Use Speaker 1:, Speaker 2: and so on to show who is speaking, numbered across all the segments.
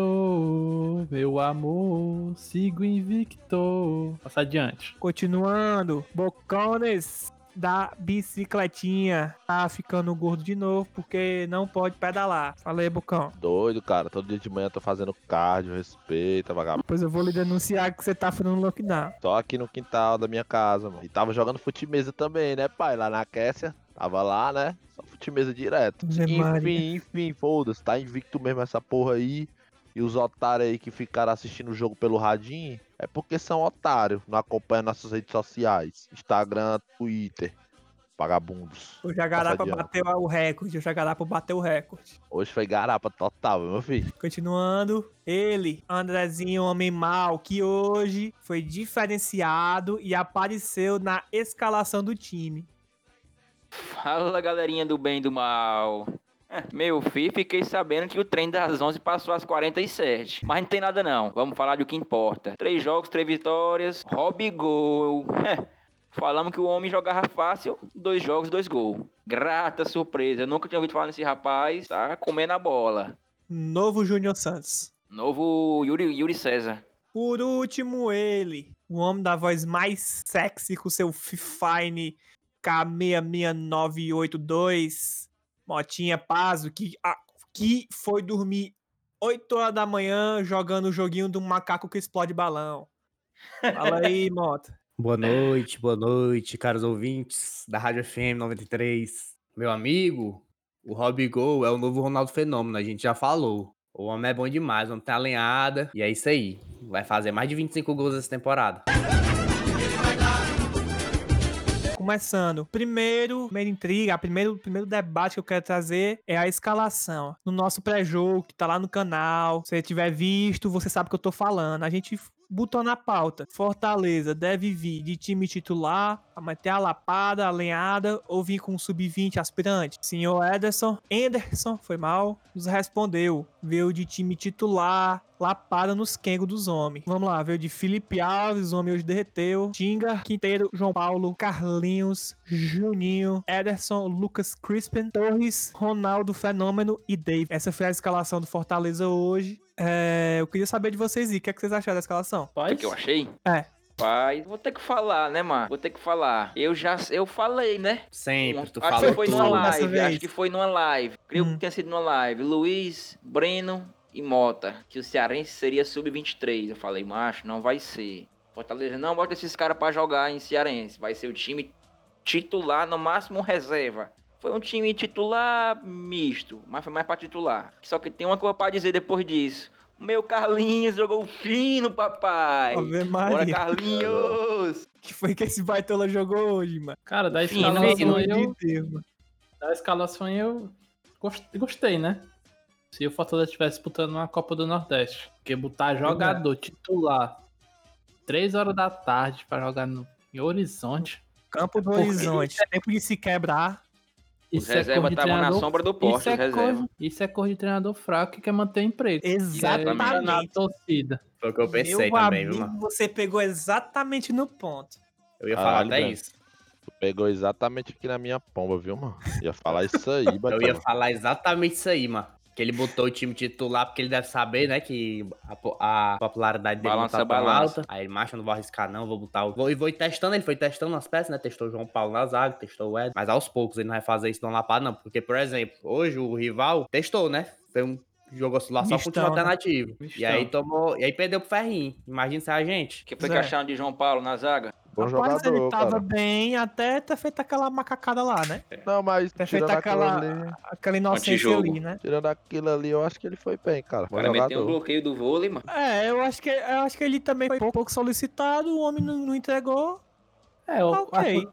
Speaker 1: invicto, meu amor, sigo invicto. Passa adiante.
Speaker 2: Continuando, Bocones da bicicletinha tá ficando gordo de novo porque não pode pedalar. Falei, Bocão.
Speaker 3: Doido, cara. Todo dia de manhã eu tô fazendo cardio, respeita, vagabundo.
Speaker 2: Pois eu vou lhe denunciar que você tá fazendo lockdown.
Speaker 3: Só aqui no quintal da minha casa, mano. E tava jogando futimesa também, né, pai? Lá na Quécia. Tava lá, né? Só futimesa direto.
Speaker 2: Zé Maria.
Speaker 3: Enfim, enfim, foda-se. Tá invicto mesmo essa porra aí. E os otários aí que ficaram assistindo o jogo pelo radinho é porque são otários. Não acompanham nossas redes sociais: Instagram, Twitter. Vagabundos.
Speaker 2: O Jagarapa
Speaker 3: Passa adiante.
Speaker 2: bateu o recorde, o Jagarapa bateu o recorde.
Speaker 3: Hoje foi garapa total, meu filho.
Speaker 2: Continuando, ele, Andrezinho Homem Mal, que hoje foi diferenciado e apareceu na escalação do time.
Speaker 4: Fala galerinha do bem e do mal. É, Meu filho, fiquei sabendo que o trem das 11 passou às 47. Mas não tem nada não. Vamos falar do que importa. Três jogos, três vitórias. Robigol. É, Falamos que o homem jogava fácil. Dois jogos, dois gols. Grata surpresa. Nunca tinha ouvido falar nesse rapaz. Tá comendo a bola.
Speaker 2: Novo Júnior Santos.
Speaker 4: Novo Yuri, Yuri César.
Speaker 2: Por último, ele, o homem da voz mais sexy com seu Fifine K66982, Motinha Pazo, que, ah, que foi dormir 8 horas da manhã jogando o joguinho do macaco que explode balão. Fala aí, Mota.
Speaker 5: Boa noite, boa noite, caros ouvintes da Rádio FM 93. Meu amigo, o Rob Gol é o novo Ronaldo Fenômeno, a gente já falou. O homem é bom demais, o homem tem alinhada. E é isso aí. Vai fazer mais de 25 gols essa temporada.
Speaker 2: Começando. Primeiro, primeira intriga, a primeiro, primeiro debate que eu quero trazer é a escalação. No nosso pré-jogo, que tá lá no canal, se você tiver visto, você sabe o que eu tô falando. A gente botou na pauta. Fortaleza deve vir de time titular, a manter a lapada, a lenhada, ou vir com um sub-20 aspirante. Senhor Ederson, Anderson, foi mal, nos respondeu. Veio de time titular, lapada nos quengos dos homens. Vamos lá, veio de Felipe Alves, o homem hoje derreteu. Tinga, Quinteiro, João Paulo, Carlinhos, Juninho, Ederson, Lucas Crispin, Torres, Ronaldo Fenômeno e Dave. Essa foi a escalação do Fortaleza hoje. É, eu queria saber de vocês aí, o que, é que vocês acharam da escalação?
Speaker 4: Sabe
Speaker 1: Paz?
Speaker 4: o que eu achei?
Speaker 2: É.
Speaker 4: Rapaz, vou ter que falar, né, mano? Vou ter que falar. Eu já... Eu falei, né?
Speaker 5: Sempre, tu
Speaker 4: acho
Speaker 5: fala
Speaker 4: que foi
Speaker 5: tudo.
Speaker 4: numa
Speaker 2: dessa
Speaker 4: live,
Speaker 2: vez.
Speaker 4: acho que foi numa live. Creio
Speaker 2: Hum.
Speaker 4: que tenha sido numa live. Luiz, Breno e Mota, que o Cearense seria sub-23. Eu falei, macho, não vai ser. Fortaleza, não bota esses caras pra jogar em Cearense. Vai ser o time titular, no máximo reserva. Foi um time titular misto, mas foi mais pra titular. Só que tem uma coisa pra dizer depois disso. Meu Carlinhos jogou fino, papai.
Speaker 2: Ave
Speaker 4: Bora,
Speaker 2: Maria.
Speaker 4: Carlinhos!
Speaker 2: O que foi que esse baitola jogou hoje, mano?
Speaker 1: Cara, da
Speaker 4: Sim, não, é
Speaker 2: Pelo amor
Speaker 1: escalação
Speaker 4: né?
Speaker 2: de
Speaker 1: eu,
Speaker 2: Deus, mano.
Speaker 1: da escalação eu gost- gostei, né? Se o Fortaleza estivesse disputando uma Copa do Nordeste, porque botar
Speaker 4: é.
Speaker 1: jogador titular três horas da tarde pra jogar no em Horizonte,
Speaker 2: Campo do
Speaker 1: Porque-
Speaker 2: horizonte. Tempo de se quebrar.
Speaker 4: Os
Speaker 1: é
Speaker 4: reservas estavam na sombra do
Speaker 1: Isso
Speaker 4: poste, os
Speaker 1: é,
Speaker 4: reservas.
Speaker 1: coisa, isso é coisa de treinador fraco que quer manter emprego.
Speaker 2: Exatamente.
Speaker 1: Na torcida.
Speaker 5: Foi o que eu pensei
Speaker 2: Meu
Speaker 5: também, viu,
Speaker 2: amigo,
Speaker 5: mano?
Speaker 2: Você pegou exatamente no ponto.
Speaker 5: Eu ia falar
Speaker 3: Caralho,
Speaker 5: até
Speaker 3: velho.
Speaker 5: isso.
Speaker 3: Tu pegou exatamente aqui na minha pomba, viu, mano? Ia falar isso aí,
Speaker 5: Eu
Speaker 3: Bacana.
Speaker 5: ia falar exatamente isso aí, mano. Que ele botou o time titular, porque ele deve saber, né, que a, po- a popularidade dele
Speaker 4: Balança,
Speaker 3: é
Speaker 5: não tá tão
Speaker 4: balança.
Speaker 5: alta. Aí ele, macho, eu não vou arriscar não, vou botar o... Vou- E vou ir testando, ele foi testando as peças, né, testou o João Paulo na zaga, testou o Ed. Mas aos poucos ele não vai fazer isso não lapada não, porque, por exemplo, hoje o rival testou, né, foi um jogo lá só com o time
Speaker 2: Mistão, né?
Speaker 5: alternativo. E aí tomou... E aí perdeu pro Ferrinho. Imagina se é a gente.
Speaker 4: Que foi
Speaker 2: Zé.
Speaker 4: que acharam de João Paulo na zaga?
Speaker 3: Bom
Speaker 2: Rapaz, ele
Speaker 3: jogador,
Speaker 2: tava
Speaker 3: cara.
Speaker 2: bem até ter feito aquela macacada lá, né?
Speaker 3: Não, mas
Speaker 2: Ter
Speaker 3: tirando
Speaker 2: feito aquela,
Speaker 3: aquilo ali...
Speaker 2: aquela inocência
Speaker 4: Antijogo.
Speaker 2: ali, né?
Speaker 3: Tirando aquilo ali, eu acho que ele foi bem, cara.
Speaker 4: O
Speaker 3: Bom
Speaker 4: cara meteu um
Speaker 3: jogador.
Speaker 4: bloqueio do vôlei, mano.
Speaker 2: É, eu acho que, eu acho que ele também foi pouco solicitado, o homem não, não entregou.
Speaker 1: É, o,
Speaker 2: Ok. Assim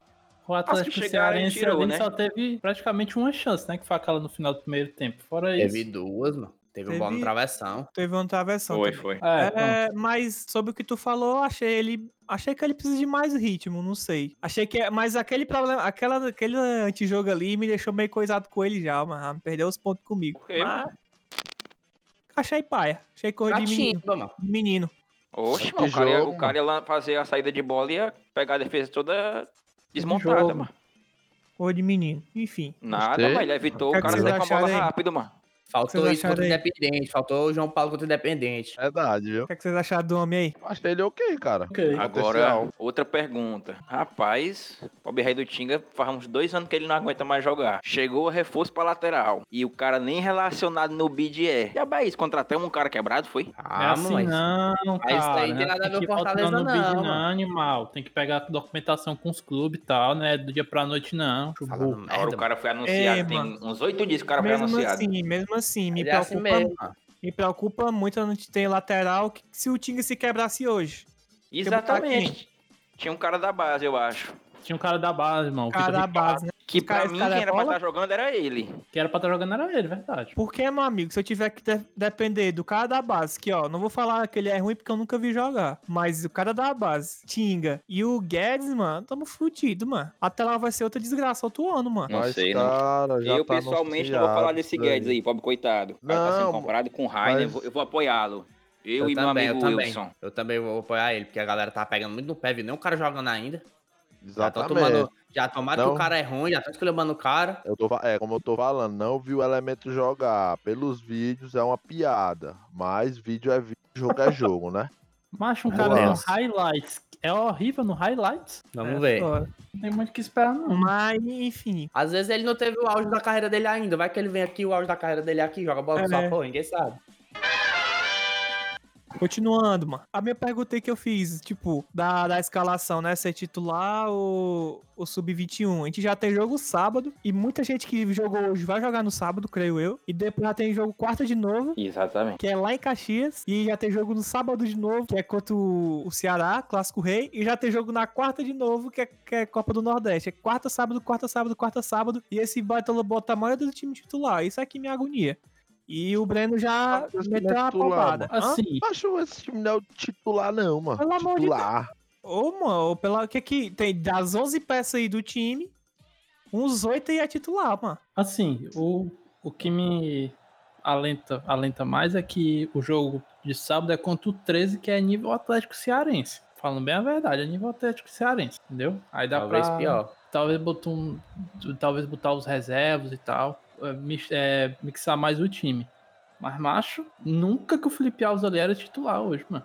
Speaker 1: o
Speaker 4: As que
Speaker 1: Atlético
Speaker 4: chegaram,
Speaker 1: Cearense
Speaker 4: tirou,
Speaker 1: ali
Speaker 4: né?
Speaker 1: só teve praticamente uma chance, né? Que foi aquela no final do primeiro tempo. Fora isso.
Speaker 5: Teve duas, mano. Teve um bola no
Speaker 2: Teve-
Speaker 5: travessão.
Speaker 2: Teve uma travessão.
Speaker 4: Foi,
Speaker 2: também.
Speaker 4: foi.
Speaker 1: É, pronto.
Speaker 2: É, mas sobre o que tu falou, achei ele. Achei que ele precisa de mais ritmo, não sei. Achei que. é- Mas aquele problema, aquela, aquele antijogo ali me deixou meio coisado com ele já, mano. Perdeu os pontos comigo.
Speaker 4: Por quê,
Speaker 2: Mas- Achei paia. Achei coisa de menino.
Speaker 5: Catimba, mano.
Speaker 2: de menino.
Speaker 4: Oxe,
Speaker 3: Que
Speaker 4: mano, o cara, ia,
Speaker 3: jogo,
Speaker 4: o cara ia lá fazer a saída de bola e ia pegar a defesa toda desmontada,
Speaker 1: jogo.
Speaker 4: mano.
Speaker 2: Coisa de menino. Enfim.
Speaker 4: Nada,
Speaker 3: Gostei.
Speaker 4: mas ele evitou,
Speaker 2: O que
Speaker 4: o
Speaker 2: é que
Speaker 4: cara
Speaker 2: vocês
Speaker 4: saiu com a bola
Speaker 2: acharam aí?
Speaker 4: rápido, mano.
Speaker 5: Faltou
Speaker 2: Vocês
Speaker 5: isso contra o
Speaker 2: acharam
Speaker 5: Independente. Faltou o João Paulo contra o Independente.
Speaker 3: Verdade, viu?
Speaker 2: O que, é que vocês acharam do homem aí?
Speaker 3: Eu Achei ele ok, cara.
Speaker 1: Ok.
Speaker 4: Agora, outra pergunta. Rapaz, o Bob Rei do Tinga faz uns dois anos que ele não aguenta mais jogar. Chegou reforço pra lateral. E o cara nem relacionado no bid é. Já bem, isso, contratamos um cara quebrado, foi?
Speaker 1: Não é
Speaker 5: Ah,
Speaker 1: assim não,
Speaker 5: Aí
Speaker 1: cara. né?
Speaker 5: isso aí não tem nada a ver
Speaker 1: que
Speaker 5: com
Speaker 1: ir botando
Speaker 5: Fortaleza,
Speaker 1: no
Speaker 5: não,
Speaker 1: bid,
Speaker 5: mano.
Speaker 1: animal. Tem que pegar documentação com os clubes e tal, né? Do dia pra noite, não. Tipo,
Speaker 5: tá Falando
Speaker 1: Chubu.
Speaker 4: Agora
Speaker 5: merda,
Speaker 4: o cara foi anunciado,
Speaker 2: É,
Speaker 4: tem
Speaker 2: mano.
Speaker 4: uns oito dias que o cara foi
Speaker 2: mesmo
Speaker 4: anunciado.
Speaker 2: assim, mesmo assim, me
Speaker 5: Ele é assim
Speaker 2: preocupa,
Speaker 5: mesmo, mano.
Speaker 2: me preocupa muito a gente ter lateral que se o Tinga se quebrasse hoje.
Speaker 4: Exatamente. Tinha um cara da base, eu acho.
Speaker 1: Tinha um cara da base, mano. o Vitor
Speaker 2: Cara da
Speaker 1: Ricardo,
Speaker 2: base, né?
Speaker 4: Que
Speaker 2: Esse cara-
Speaker 4: pra
Speaker 2: esse
Speaker 4: mim,
Speaker 2: cara
Speaker 4: quem
Speaker 2: é
Speaker 4: era pra
Speaker 2: bola?
Speaker 4: estar jogando era ele.
Speaker 1: Que era pra estar jogando era ele, verdade.
Speaker 2: Porque, meu amigo, se eu tiver que de- depender do cara da base, que ó, não vou falar que ele é ruim porque eu nunca vi jogar, mas o cara da base, Tinga e o Guedes, mano, tamo fudido, mano. Até lá vai ser outra desgraça outro ano, mano.
Speaker 4: Não
Speaker 3: Mas,
Speaker 4: sei, não.
Speaker 3: cara, já
Speaker 4: eu
Speaker 3: tá
Speaker 4: pessoalmente não vou falar
Speaker 3: anunciado
Speaker 4: desse
Speaker 3: isso aí.
Speaker 4: Guedes aí, pobre coitado. O cara tá
Speaker 3: Não,
Speaker 4: sendo comparado com o Rainer, eu vou- eu vou apoiá-lo. Eu, e meu amigo Wilson.
Speaker 5: também. Eu também vou apoiar ele, porque a galera tá pegando muito no pé, viu? Nem o cara jogando ainda. Já tão
Speaker 3: Exatamente.
Speaker 5: tomando. Já tomaram que
Speaker 3: Não.
Speaker 5: o cara é ruim, já estão escolhendo o cara.
Speaker 3: Eu tô, fa- é, como eu tô falando, não vi o elemento jogar. Pelos vídeos é uma piada. Mas vídeo é vídeo, jogo é jogo, né?
Speaker 1: Mas um
Speaker 5: Meu
Speaker 1: cara no
Speaker 5: Deus.
Speaker 1: highlights. É horrível no highlights.
Speaker 5: Vamos
Speaker 2: É,
Speaker 5: ver.
Speaker 2: foda.
Speaker 1: Não tem muito o que esperar, não.
Speaker 2: Mas, enfim.
Speaker 5: Às vezes ele não teve o auge da carreira dele ainda. Vai que ele vem aqui, o auge da carreira dele é aqui, joga bola
Speaker 2: É.
Speaker 5: só, pô, ninguém sabe.
Speaker 2: Continuando, mano. A minha pergunta aí que eu fiz, tipo, da, da escalação, né? Ser titular ou, ou sub-21. A gente já tem jogo sábado e muita gente que jogou hoje vai jogar no sábado, creio eu. E depois já tem jogo quarta de novo.
Speaker 4: Exatamente.
Speaker 2: que é lá em Caxias. E já tem jogo no sábado de novo, que é contra o o Ceará, Clássico Rei. E já tem jogo na quarta de novo, que é, que é Copa do Nordeste. É quarta, sábado, quarta, sábado, quarta, sábado. E esse Baitolo bota a maioria do time titular. Isso aqui me agonia. E o Breno já
Speaker 3: Ah, mas
Speaker 2: meteu
Speaker 3: não é
Speaker 2: uma
Speaker 3: titular,
Speaker 2: paulada. Hã?
Speaker 1: Assim,
Speaker 3: Acho esse time não é o titular, não, mano.
Speaker 2: Pelo amor de
Speaker 3: titular.
Speaker 2: Ô, mano, pela... que que tem das 11 peças aí do time, uns 8 aí é titular, mano.
Speaker 1: assim, o, o que me alenta, alenta mais é que o jogo de sábado é contra o 13, que é nível Atlético Cearense. Falando bem a verdade, é nível Atlético Cearense, entendeu? Aí dá
Speaker 5: Talvez
Speaker 1: pra...
Speaker 5: pior.
Speaker 1: Talvez botar, um- talvez botar os reservas e tal, é, mix- é, mixar mais o time. Mas, macho, nunca que o Felipe Alves ali era titular hoje, mano.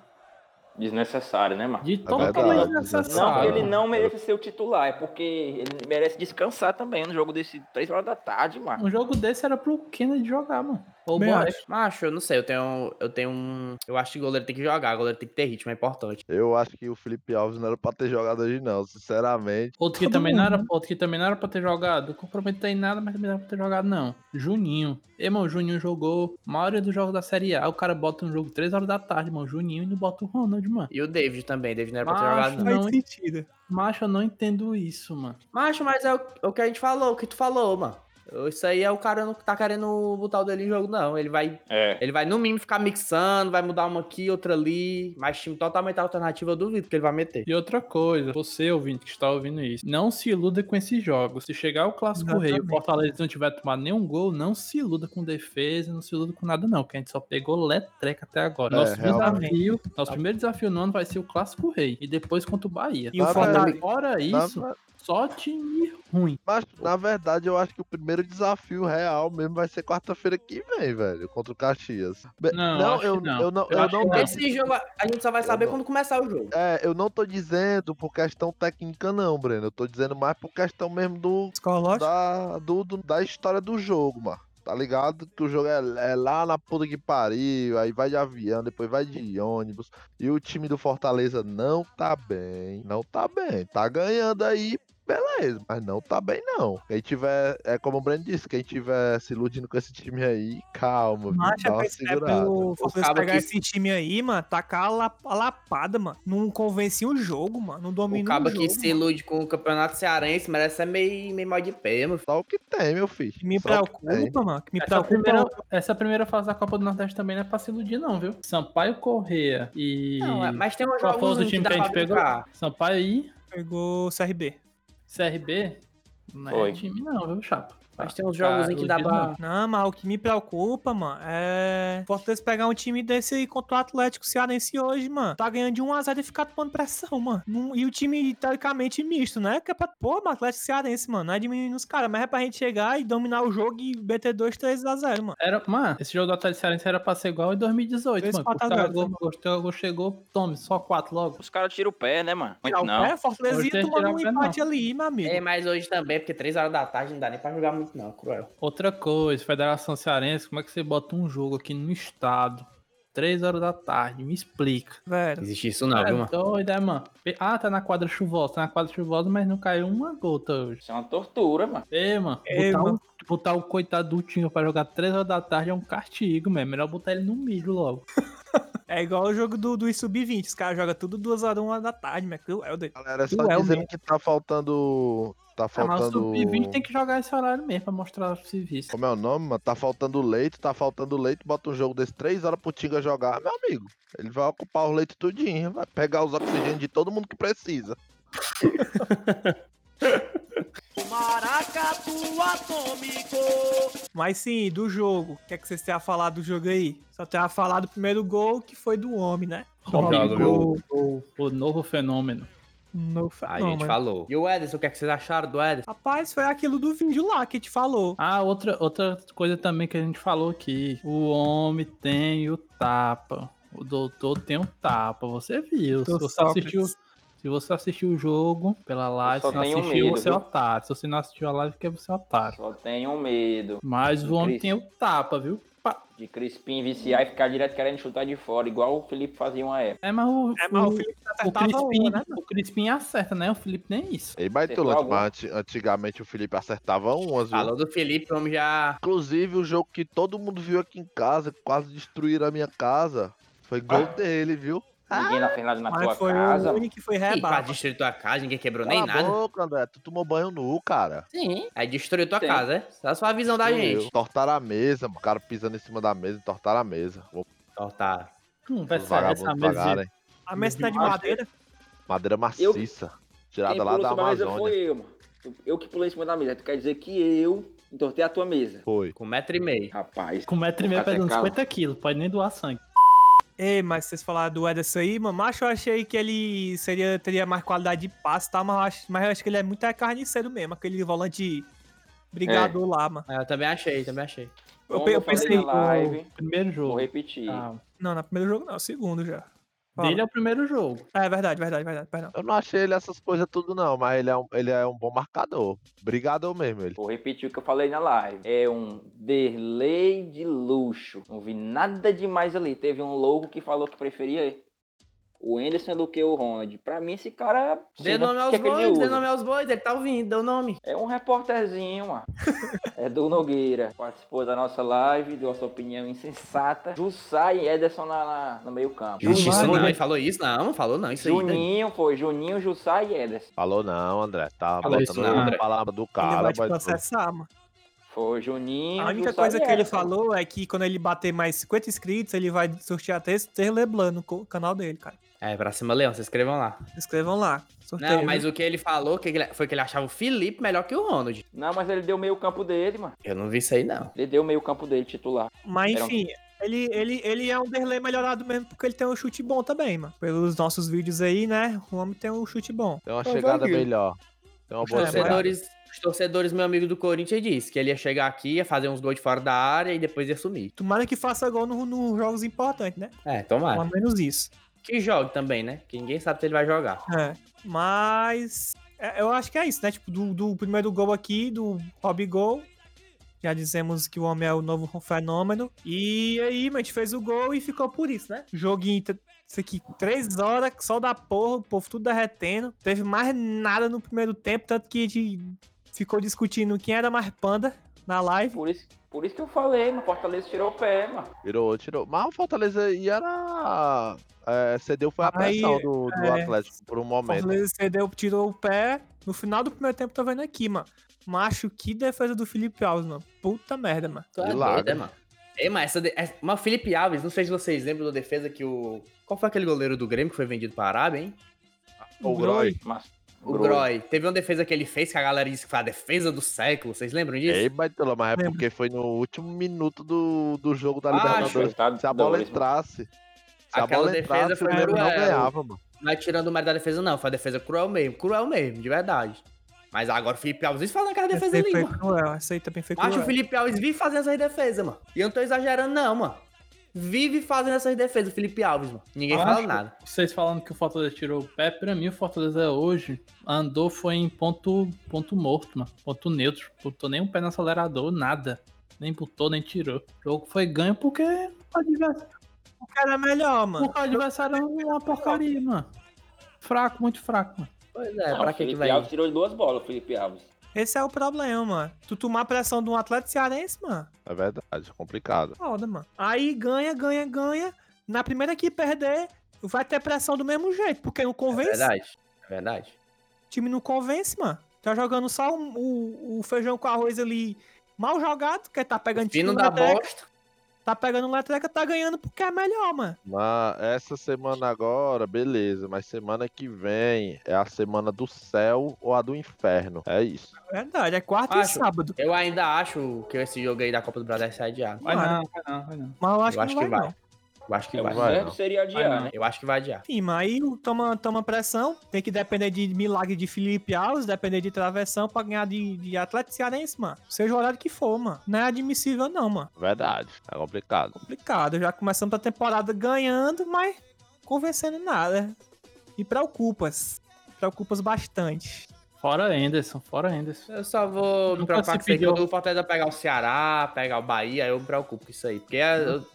Speaker 4: Desnecessário, né, mano?
Speaker 1: De
Speaker 3: verdade,
Speaker 1: totalmente
Speaker 4: Não,
Speaker 1: desnecessário.
Speaker 4: ele não merece ser o titular, é porque ele merece descansar também no jogo desse três horas da tarde, mano.
Speaker 1: Um jogo desse era pro Kennedy jogar, mano. Ou o
Speaker 2: Bem,
Speaker 1: Boré.
Speaker 5: Macho, eu não sei, eu tenho. Eu tenho um. Eu acho que o goleiro tem que jogar, o goleiro tem que ter ritmo, é importante.
Speaker 3: Eu acho que o Felipe Alves não era pra ter jogado hoje, não. Sinceramente.
Speaker 1: Outro que,
Speaker 2: Todo
Speaker 1: também não
Speaker 2: mundo,
Speaker 1: era, outro que também não era pra ter jogado. Comprometeu em nada, mas também não era pra ter jogado, não. Juninho. Ei, mano, o Juninho jogou a maioria dos jogos da Série A. O cara bota um jogo 3 horas da tarde, mano. Juninho e não bota o Ronald, mano.
Speaker 5: E o David também, David não era pra ter
Speaker 1: Macho,
Speaker 5: jogado, não.
Speaker 1: Não,
Speaker 2: Faz
Speaker 1: hein?
Speaker 2: sentido.
Speaker 1: Macho, eu não entendo isso, mano.
Speaker 5: Macho, mas é o, é o que a gente falou, o que tu falou, mano. Isso aí é o cara não tá querendo botar o dele em jogo, não. Ele vai,
Speaker 4: É.
Speaker 5: ele vai no mínimo ficar mixando, vai mudar uma aqui, outra ali. Mas time totalmente alternativo, eu duvido que ele vai meter.
Speaker 1: E outra coisa, você ouvinte que está ouvindo isso, não se iluda com esses jogos. Se chegar o Clássico Rei e o
Speaker 2: Exatamente.
Speaker 1: Fortaleza não tiver tomado nenhum gol, não se iluda com defesa, não se iluda com nada não, que a gente só pegou letreca até agora.
Speaker 3: É,
Speaker 1: nosso
Speaker 3: realmente.
Speaker 1: desafio, nosso primeiro desafio no ano vai ser o Clássico Rei e depois contra o Bahia.
Speaker 2: E o
Speaker 3: Tá,
Speaker 2: Fortaleza.
Speaker 1: Fora
Speaker 3: Na-
Speaker 1: isso, só time ruim.
Speaker 3: mas, na verdade, eu acho que o primeiro desafio real mesmo vai ser quarta-feira que vem, velho, contra o Caxias. Be-
Speaker 1: Não, acho
Speaker 3: eu,
Speaker 1: que não.
Speaker 3: eu não,
Speaker 1: Eu
Speaker 3: eu
Speaker 1: acho
Speaker 3: não
Speaker 1: que não.
Speaker 3: penso-
Speaker 5: Esse jogo a gente só vai saber quando começar o jogo.
Speaker 3: É, eu não tô dizendo por questão técnica, não, Breno. Eu tô dizendo mais por questão mesmo do
Speaker 2: Psicológico.
Speaker 3: da, do, do- da história do jogo, mano. Tá ligado? Que o jogo é, é lá na puta que pariu, aí vai de avião, depois vai de ônibus. E o time do Fortaleza não tá bem. Não tá bem. Tá ganhando aí, beleza, mas não tá bem, não. Quem tiver, é como o Breno disse, quem tiver se iludindo com esse time aí, calma, viu?
Speaker 2: Mas
Speaker 3: Dá
Speaker 2: é
Speaker 3: uma
Speaker 2: pra- é
Speaker 3: segurada.
Speaker 2: pelo Fortaleza
Speaker 5: cara
Speaker 2: pegar
Speaker 5: que-
Speaker 2: esse time aí, mano, tacar a, la- a lapada, mano. Não convencia o jogo, mano. Não
Speaker 5: O
Speaker 2: domina o,
Speaker 5: cabo
Speaker 2: jogo.
Speaker 5: que se ilude com o campeonato cearense merece ser meio, meio mal de pé, meu filho.
Speaker 3: Só o que tem, meu filho.
Speaker 2: Que me
Speaker 3: Só o que tem.
Speaker 2: preocupa, mano.
Speaker 5: É
Speaker 2: Que me
Speaker 1: Essa
Speaker 2: preocupa.
Speaker 1: primeira, essa primeira fase da Copa do Nordeste também não é pra se iludir não, viu? Sampaio Correia e...
Speaker 5: Não, é- mas tem um
Speaker 1: Qual foi o outro
Speaker 5: jogo
Speaker 1: time que a gente pegou? Sampaio e...
Speaker 2: Pegou o CRB.
Speaker 1: CRB não é
Speaker 4: Foi.
Speaker 1: time não, viu, chapa?
Speaker 5: Mas tem uns jogos em que dá
Speaker 1: iludido,
Speaker 5: pra.
Speaker 1: não.
Speaker 2: Não, mas o que me preocupa, mano, é. Fortaleza pegar um time desse aí contra o Atlético Cearense hoje, mano. Tá ganhando de 1x0 e ficar tomando pressão, mano. Não- E o time, teoricamente, misto, né? Que é pra. Pô, mano, Atlético Cearense, mano. Não é diminuindo os caras, mas é pra gente chegar e dominar o jogo e BT 2, 3x0, mano.
Speaker 1: Era, mano, esse jogo do Atlético Cearense era pra ser igual em 2018,
Speaker 2: Fez
Speaker 1: mano.
Speaker 2: quatro a
Speaker 1: Gustavo
Speaker 2: zero,
Speaker 1: Gol, Gustavo Gol chegou, tome, só quatro logo.
Speaker 4: Os caras tiram o pé, né, mano?
Speaker 2: Tirar
Speaker 4: Muito
Speaker 2: o
Speaker 4: não.
Speaker 2: pé, é Fortaleza
Speaker 1: Hoje tem
Speaker 2: ia
Speaker 1: que
Speaker 2: tomando
Speaker 1: tirar
Speaker 2: um
Speaker 1: o pé,
Speaker 2: empate ali, meu amigo.
Speaker 5: É, mas hoje também, porque 3 horas da tarde não dá nem pra jogar muito, não, cruel.
Speaker 1: Outra coisa, Federação Cearense, como é que você bota um jogo aqui no estado, três horas da tarde, me explica.
Speaker 2: Velho.
Speaker 5: Existe isso não,
Speaker 1: É
Speaker 5: Ah, viu, mano?
Speaker 1: doido, é, mano? Pe- Ah, tá na quadra chuvosa, tá na quadra chuvosa, mas não caiu uma gota hoje.
Speaker 4: Isso é uma tortura, mano.
Speaker 1: Ei, mano,
Speaker 2: Ei,
Speaker 1: botar,
Speaker 2: mano.
Speaker 1: O, botar o coitado do Tinga pra jogar três horas da tarde é um castigo, mesmo. Melhor botar ele no milho logo.
Speaker 2: É igual o jogo do, do sub-20. Os caras jogam tudo 2x1 1 da tarde, mano. Cruel, doido.
Speaker 3: Galera, só
Speaker 2: Duel
Speaker 3: dizendo que tá faltando.
Speaker 2: É,
Speaker 3: Tá
Speaker 1: Ah, mas o
Speaker 3: faltando.
Speaker 1: sub-20 tem que jogar esse horário mesmo pra mostrar o serviço.
Speaker 3: Como é o nome, mano? Tá faltando leito, tá faltando leito. Bota um jogo desse três horas pro Tinga jogar, meu amigo. Ele vai ocupar os leitos tudinho, vai pegar os oxigênios de todo mundo que precisa.
Speaker 6: Maracatu atômico.
Speaker 2: Mas sim, do jogo. O que é que vocês têm a falar do jogo aí? Só tem a falar do primeiro gol, que foi do homem, né?
Speaker 5: Bom jogo,
Speaker 2: gol.
Speaker 1: O novo fenômeno.
Speaker 2: No
Speaker 5: A
Speaker 2: não,
Speaker 5: gente
Speaker 2: mas-
Speaker 5: falou. E o Ederson, o que, é que vocês acharam do Ederson?
Speaker 2: Rapaz, foi aquilo do vídeo lá que te falou.
Speaker 1: Ah, outra, outra coisa também que a gente falou aqui. O homem tem o tapa. O doutor tem o tapa. Você viu. Se
Speaker 2: Doutor
Speaker 1: você, assistiu,
Speaker 2: Sócrates.
Speaker 1: se você assistiu o jogo pela live,
Speaker 4: só
Speaker 1: se não
Speaker 4: tenho
Speaker 1: assistiu,
Speaker 4: medo,
Speaker 1: você é
Speaker 4: viu?
Speaker 1: otário. Se você não assistiu a live, porque você é otário.
Speaker 4: Só tenham medo
Speaker 1: Mas o homem
Speaker 4: Cris.
Speaker 1: tem o tapa, viu? Pá.
Speaker 4: de Crispim viciar e ficar direto querendo chutar de fora, igual o Felipe fazia uma época.
Speaker 1: É, mas o,
Speaker 2: É, mas o
Speaker 1: o-
Speaker 2: Felipe
Speaker 1: o
Speaker 2: acertava
Speaker 1: Crispim,
Speaker 2: uma, né?
Speaker 1: o Crispim acerta, né? O Felipe nem isso.
Speaker 3: E mais
Speaker 4: Acertou
Speaker 3: Tulante,
Speaker 4: alguma?
Speaker 3: mas anti- antigamente o Felipe acertava umas, viu?
Speaker 5: Falou do Felipe, o homem já.
Speaker 3: Inclusive, o jogo que todo mundo viu aqui em casa, que quase destruíram a minha casa, foi gol
Speaker 4: Ah.
Speaker 3: dele, viu?
Speaker 4: Ninguém na fez nada na tua
Speaker 2: Mas foi
Speaker 4: casa.
Speaker 2: o
Speaker 4: mano.
Speaker 2: único que foi
Speaker 5: Ih, quase
Speaker 2: rebate.
Speaker 5: destruiu tua casa, ninguém quebrou nem
Speaker 3: Cala a
Speaker 5: nada.
Speaker 3: boca, André. Tu tomou banho nu, cara.
Speaker 5: Sim. Aí destruiu tua
Speaker 4: Sim.
Speaker 5: casa, é? Só a sua visão da gente.
Speaker 3: Tortaram a mesa, mano. O cara pisando em cima da mesa, tortaram a mesa. Vou
Speaker 5: Tortaram.
Speaker 3: os
Speaker 1: Conversa Hum, é, essa
Speaker 3: vagabundos
Speaker 1: mesa.
Speaker 3: pagarem.
Speaker 1: de-
Speaker 2: A Messi de
Speaker 4: Demais,
Speaker 2: madeira.
Speaker 3: Madeira maciça.
Speaker 4: Quem
Speaker 3: Tirada lá
Speaker 4: pulou
Speaker 3: da
Speaker 4: sobre a mesa
Speaker 3: Amazônia.
Speaker 4: foi eu, mano. Eu que pulei em cima da mesa. Tu quer dizer que eu entortei a tua mesa.
Speaker 3: Foi.
Speaker 5: Com um metro e meio.
Speaker 4: Rapaz.
Speaker 1: Com um metro e meio
Speaker 4: Vou ficar
Speaker 1: pesando
Speaker 4: até calmo.
Speaker 1: 50 quilos, pode nem doar sangue.
Speaker 2: Ei, mas vocês falaram do Ederson aí, mano. Macho, eu achei que ele seria, teria mais qualidade de passe, tá? Mas, eu acho- mas eu acho que ele é muito é carniceiro mesmo, aquele volante brigador lá, mano.
Speaker 5: É, Eu também achei, também achei.
Speaker 2: Eu
Speaker 4: Como
Speaker 2: pe-
Speaker 4: eu,
Speaker 2: eu
Speaker 4: pensei
Speaker 2: pensei,
Speaker 4: na live,
Speaker 1: Primeiro
Speaker 4: vou
Speaker 1: jogo.
Speaker 4: repetir.
Speaker 1: Ah,
Speaker 2: Não, no primeiro jogo não, no segundo já. Fala.
Speaker 1: dele é o primeiro jogo.
Speaker 2: É verdade, verdade, verdade, perdão.
Speaker 3: Eu não achei ele essas coisas tudo, não, mas ele é um, ele é um bom marcador. Brigador mesmo, ele.
Speaker 4: Vou repetir o que eu falei na live. É um delay de luxo. Não vi nada demais ali. Teve um louco que falou que preferia o Anderson do que o Ronald. Pra mim, esse cara.
Speaker 5: Dê
Speaker 4: sei lá
Speaker 5: nome
Speaker 4: o
Speaker 5: aos
Speaker 4: que é que ele
Speaker 5: bois, dê
Speaker 4: usa.
Speaker 5: nome aos bois, ele tá ouvindo, deu nome.
Speaker 4: É um repórterzinho, mano. é do Nogueira. Participou da nossa live, deu a sua opinião insensata. Jussai e Ederson na, na- no meio-campo.
Speaker 3: é
Speaker 5: Justiça
Speaker 3: um
Speaker 4: Juninho-
Speaker 5: não, é. ele falou isso? Não, não falou não, isso aí. daí.
Speaker 4: Juninho foi, Juninho, Jussai e Ederson.
Speaker 3: Falou não, André. Tá
Speaker 5: Falou
Speaker 3: botando
Speaker 5: isso não,
Speaker 3: a
Speaker 5: André.
Speaker 3: palavra do
Speaker 2: ele
Speaker 3: cara,
Speaker 2: vai te
Speaker 3: mas.
Speaker 2: processar, mano.
Speaker 4: Foi Juninho.
Speaker 2: A única
Speaker 4: do
Speaker 2: coisa que ele
Speaker 4: Sabiá.
Speaker 2: falou é que quando ele bater mais 50 inscritos, ele vai sortear até esse Terle Blanc no co- canal dele, cara.
Speaker 5: É, pra cima, Leão, se inscrevam lá.
Speaker 2: Se inscrevam lá. Sorteio.
Speaker 5: Não, mas o que ele falou que ele- foi que ele achava o Felipe melhor que o Ronald.
Speaker 4: Não, mas ele deu meio campo dele, mano.
Speaker 5: Eu não vi isso aí, não.
Speaker 4: Ele deu meio campo dele titular.
Speaker 2: Mas
Speaker 4: Era um-
Speaker 2: enfim, ele, ele, ele é um Derlei melhorado mesmo porque ele tem um chute bom também, mano. Pelos nossos vídeos aí, né? O homem tem um chute bom.
Speaker 3: Tem uma
Speaker 5: Então,
Speaker 3: chegada
Speaker 5: zagueiro.
Speaker 3: melhor. Tem
Speaker 2: É,
Speaker 3: uma
Speaker 5: Os
Speaker 3: boa chegada.
Speaker 5: torcedores, os torcedores, meu amigo do Corinthians, disse que ele ia chegar aqui, ia fazer uns gols de fora da área e depois ia sumir.
Speaker 2: Tomara que faça gol nos no jogos importantes, né?
Speaker 5: É,
Speaker 2: Pelo
Speaker 5: tomara.
Speaker 2: menos isso.
Speaker 5: Que jogue também, né? Que ninguém sabe se ele vai jogar.
Speaker 2: É. Mas é, eu acho que é isso, né? Tipo, do, do primeiro gol aqui, do Rob Gol. Já dizemos que o homem é o novo fenômeno. E aí, mano, a gente fez o gol e ficou por isso, né? Joguinho, t- isso aqui, três horas, sol da porra, o povo tudo derretendo. Teve mais nada no primeiro tempo, tanto que a gente ficou discutindo quem era mais panda na live.
Speaker 4: Por isso, por isso que eu falei, mano. Fortaleza tirou o pé, mano.
Speaker 3: Tirou, tirou. Mas o Fortaleza aí era. É, cedeu foi a
Speaker 2: Aí,
Speaker 3: pressão do, do
Speaker 2: é.
Speaker 3: Atlético por um
Speaker 2: O
Speaker 3: momento.
Speaker 2: Fortaleza cedeu, tirou o pé. No final do primeiro tempo, tá vendo aqui, mano. Macho, que defesa do Felipe Alves, mano. Puta merda, mano.
Speaker 5: Tu é
Speaker 3: Milagre.
Speaker 5: doido, né, mano? Ei, mas essa. de- essa- Mas o Felipe Alves, não sei se vocês lembram da defesa que o. Qual foi aquele goleiro do Grêmio que foi vendido pra Arábia, hein?
Speaker 3: O Groy.
Speaker 4: Mas,
Speaker 5: O Groy. Teve uma defesa que ele fez que a galera disse que foi a defesa do século. Vocês lembram disso?
Speaker 3: Ei, Baitola, mas é
Speaker 2: Lembro.
Speaker 3: porque foi no último minuto do, do jogo da
Speaker 5: Acho.
Speaker 4: tá
Speaker 3: Libertadores. Se a bola entrasse. Se a
Speaker 5: Aquela
Speaker 3: bola
Speaker 5: defesa
Speaker 3: entrasse, o
Speaker 5: foi
Speaker 3: Grêmio não
Speaker 5: cruel.
Speaker 3: ganhava, mano.
Speaker 5: Mas é tirando o mérito da defesa, não. Foi a defesa cruel mesmo. Cruel mesmo, de verdade. Mas agora o Felipe Alves vive fazendo aquela defesa
Speaker 2: aí
Speaker 5: ali,
Speaker 2: foi
Speaker 5: mano.
Speaker 2: cruel, essa aí também foi
Speaker 5: Acho
Speaker 2: cruel.
Speaker 5: o Felipe Alves vive fazendo essas defesas, mano. E eu não tô exagerando, não, mano. Vive fazendo essas defesas, o Felipe Alves, mano. Ninguém
Speaker 1: Acho-
Speaker 5: fala nada.
Speaker 1: Vocês falando que o Fortaleza tirou o pé, pra mim o Fortaleza hoje andou foi em ponto, ponto morto, mano. Ponto neutro. Botou nem um pé no acelerador, nada. Nem botou, nem tirou. O jogo foi ganho porque o adversário,
Speaker 2: O cara é melhor, mano.
Speaker 1: porque o adversário é uma porcaria, mano. Fraco, muito fraco, mano.
Speaker 5: Pois é,
Speaker 4: Não,
Speaker 5: pra
Speaker 4: o
Speaker 5: que que
Speaker 4: Felipe
Speaker 5: vai
Speaker 4: Alves
Speaker 5: ir?
Speaker 4: tirou duas bolas, o Felipe Alves.
Speaker 2: Esse é o problema, mano. Tu tomar a pressão de um atleta cearense, mano,
Speaker 3: É verdade, complicado.
Speaker 2: foda, mano. Aí ganha, ganha, ganha. Na primeira que perder, vai ter pressão do mesmo jeito, porque não
Speaker 5: É
Speaker 2: convence.
Speaker 5: verdade, é verdade.
Speaker 2: o time não convence, mano. Tá jogando só o, o- o feijão com arroz ali mal jogado, porque tá pegando time
Speaker 5: Fino
Speaker 2: no
Speaker 5: da
Speaker 2: letreca,
Speaker 5: bosta.
Speaker 2: tá pegando letreca, tá ganhando porque é melhor, mano.
Speaker 3: Mas essa semana agora, beleza. Mas semana que vem é a semana do céu ou a do inferno. É isso.
Speaker 2: É Verdade, é quarta
Speaker 5: Acho.
Speaker 2: e sábado.
Speaker 5: Eu ainda acho que esse jogo aí da Copa do Brasil vai ser adiado.
Speaker 1: Vai
Speaker 2: Mano.
Speaker 1: não, vai não, vai não.
Speaker 2: Mas eu acho,
Speaker 5: eu
Speaker 2: que, não vai, não.
Speaker 5: Eu acho que
Speaker 3: Não
Speaker 5: vai.
Speaker 3: vai,
Speaker 4: certo
Speaker 3: não.
Speaker 4: seria
Speaker 1: Vai
Speaker 4: adiar,
Speaker 1: não.
Speaker 4: né?
Speaker 5: Eu acho que vai adiar.
Speaker 2: Sim, mas aí o toma, toma pressão, tem que depender de milagre de Felipe Alves, depender de travessão pra ganhar de, de Atlético Cearense, mano. Seja o horário que for, mano. Não é admissível, não, mano.
Speaker 3: Verdade. É complicado.
Speaker 2: Complicado. Já começamos a temporada ganhando, mas convencendo nada. Me preocupas. Me Preocupas bastante.
Speaker 1: Fora Anderson, fora Anderson.
Speaker 5: Eu só vou me
Speaker 1: Nunca
Speaker 5: preocupar
Speaker 1: se
Speaker 5: com isso aí,
Speaker 1: pediu.
Speaker 5: quando o Fortaleza pegar o Ceará, pegar o Bahia, eu me preocupo com isso aí. Porque é, eu-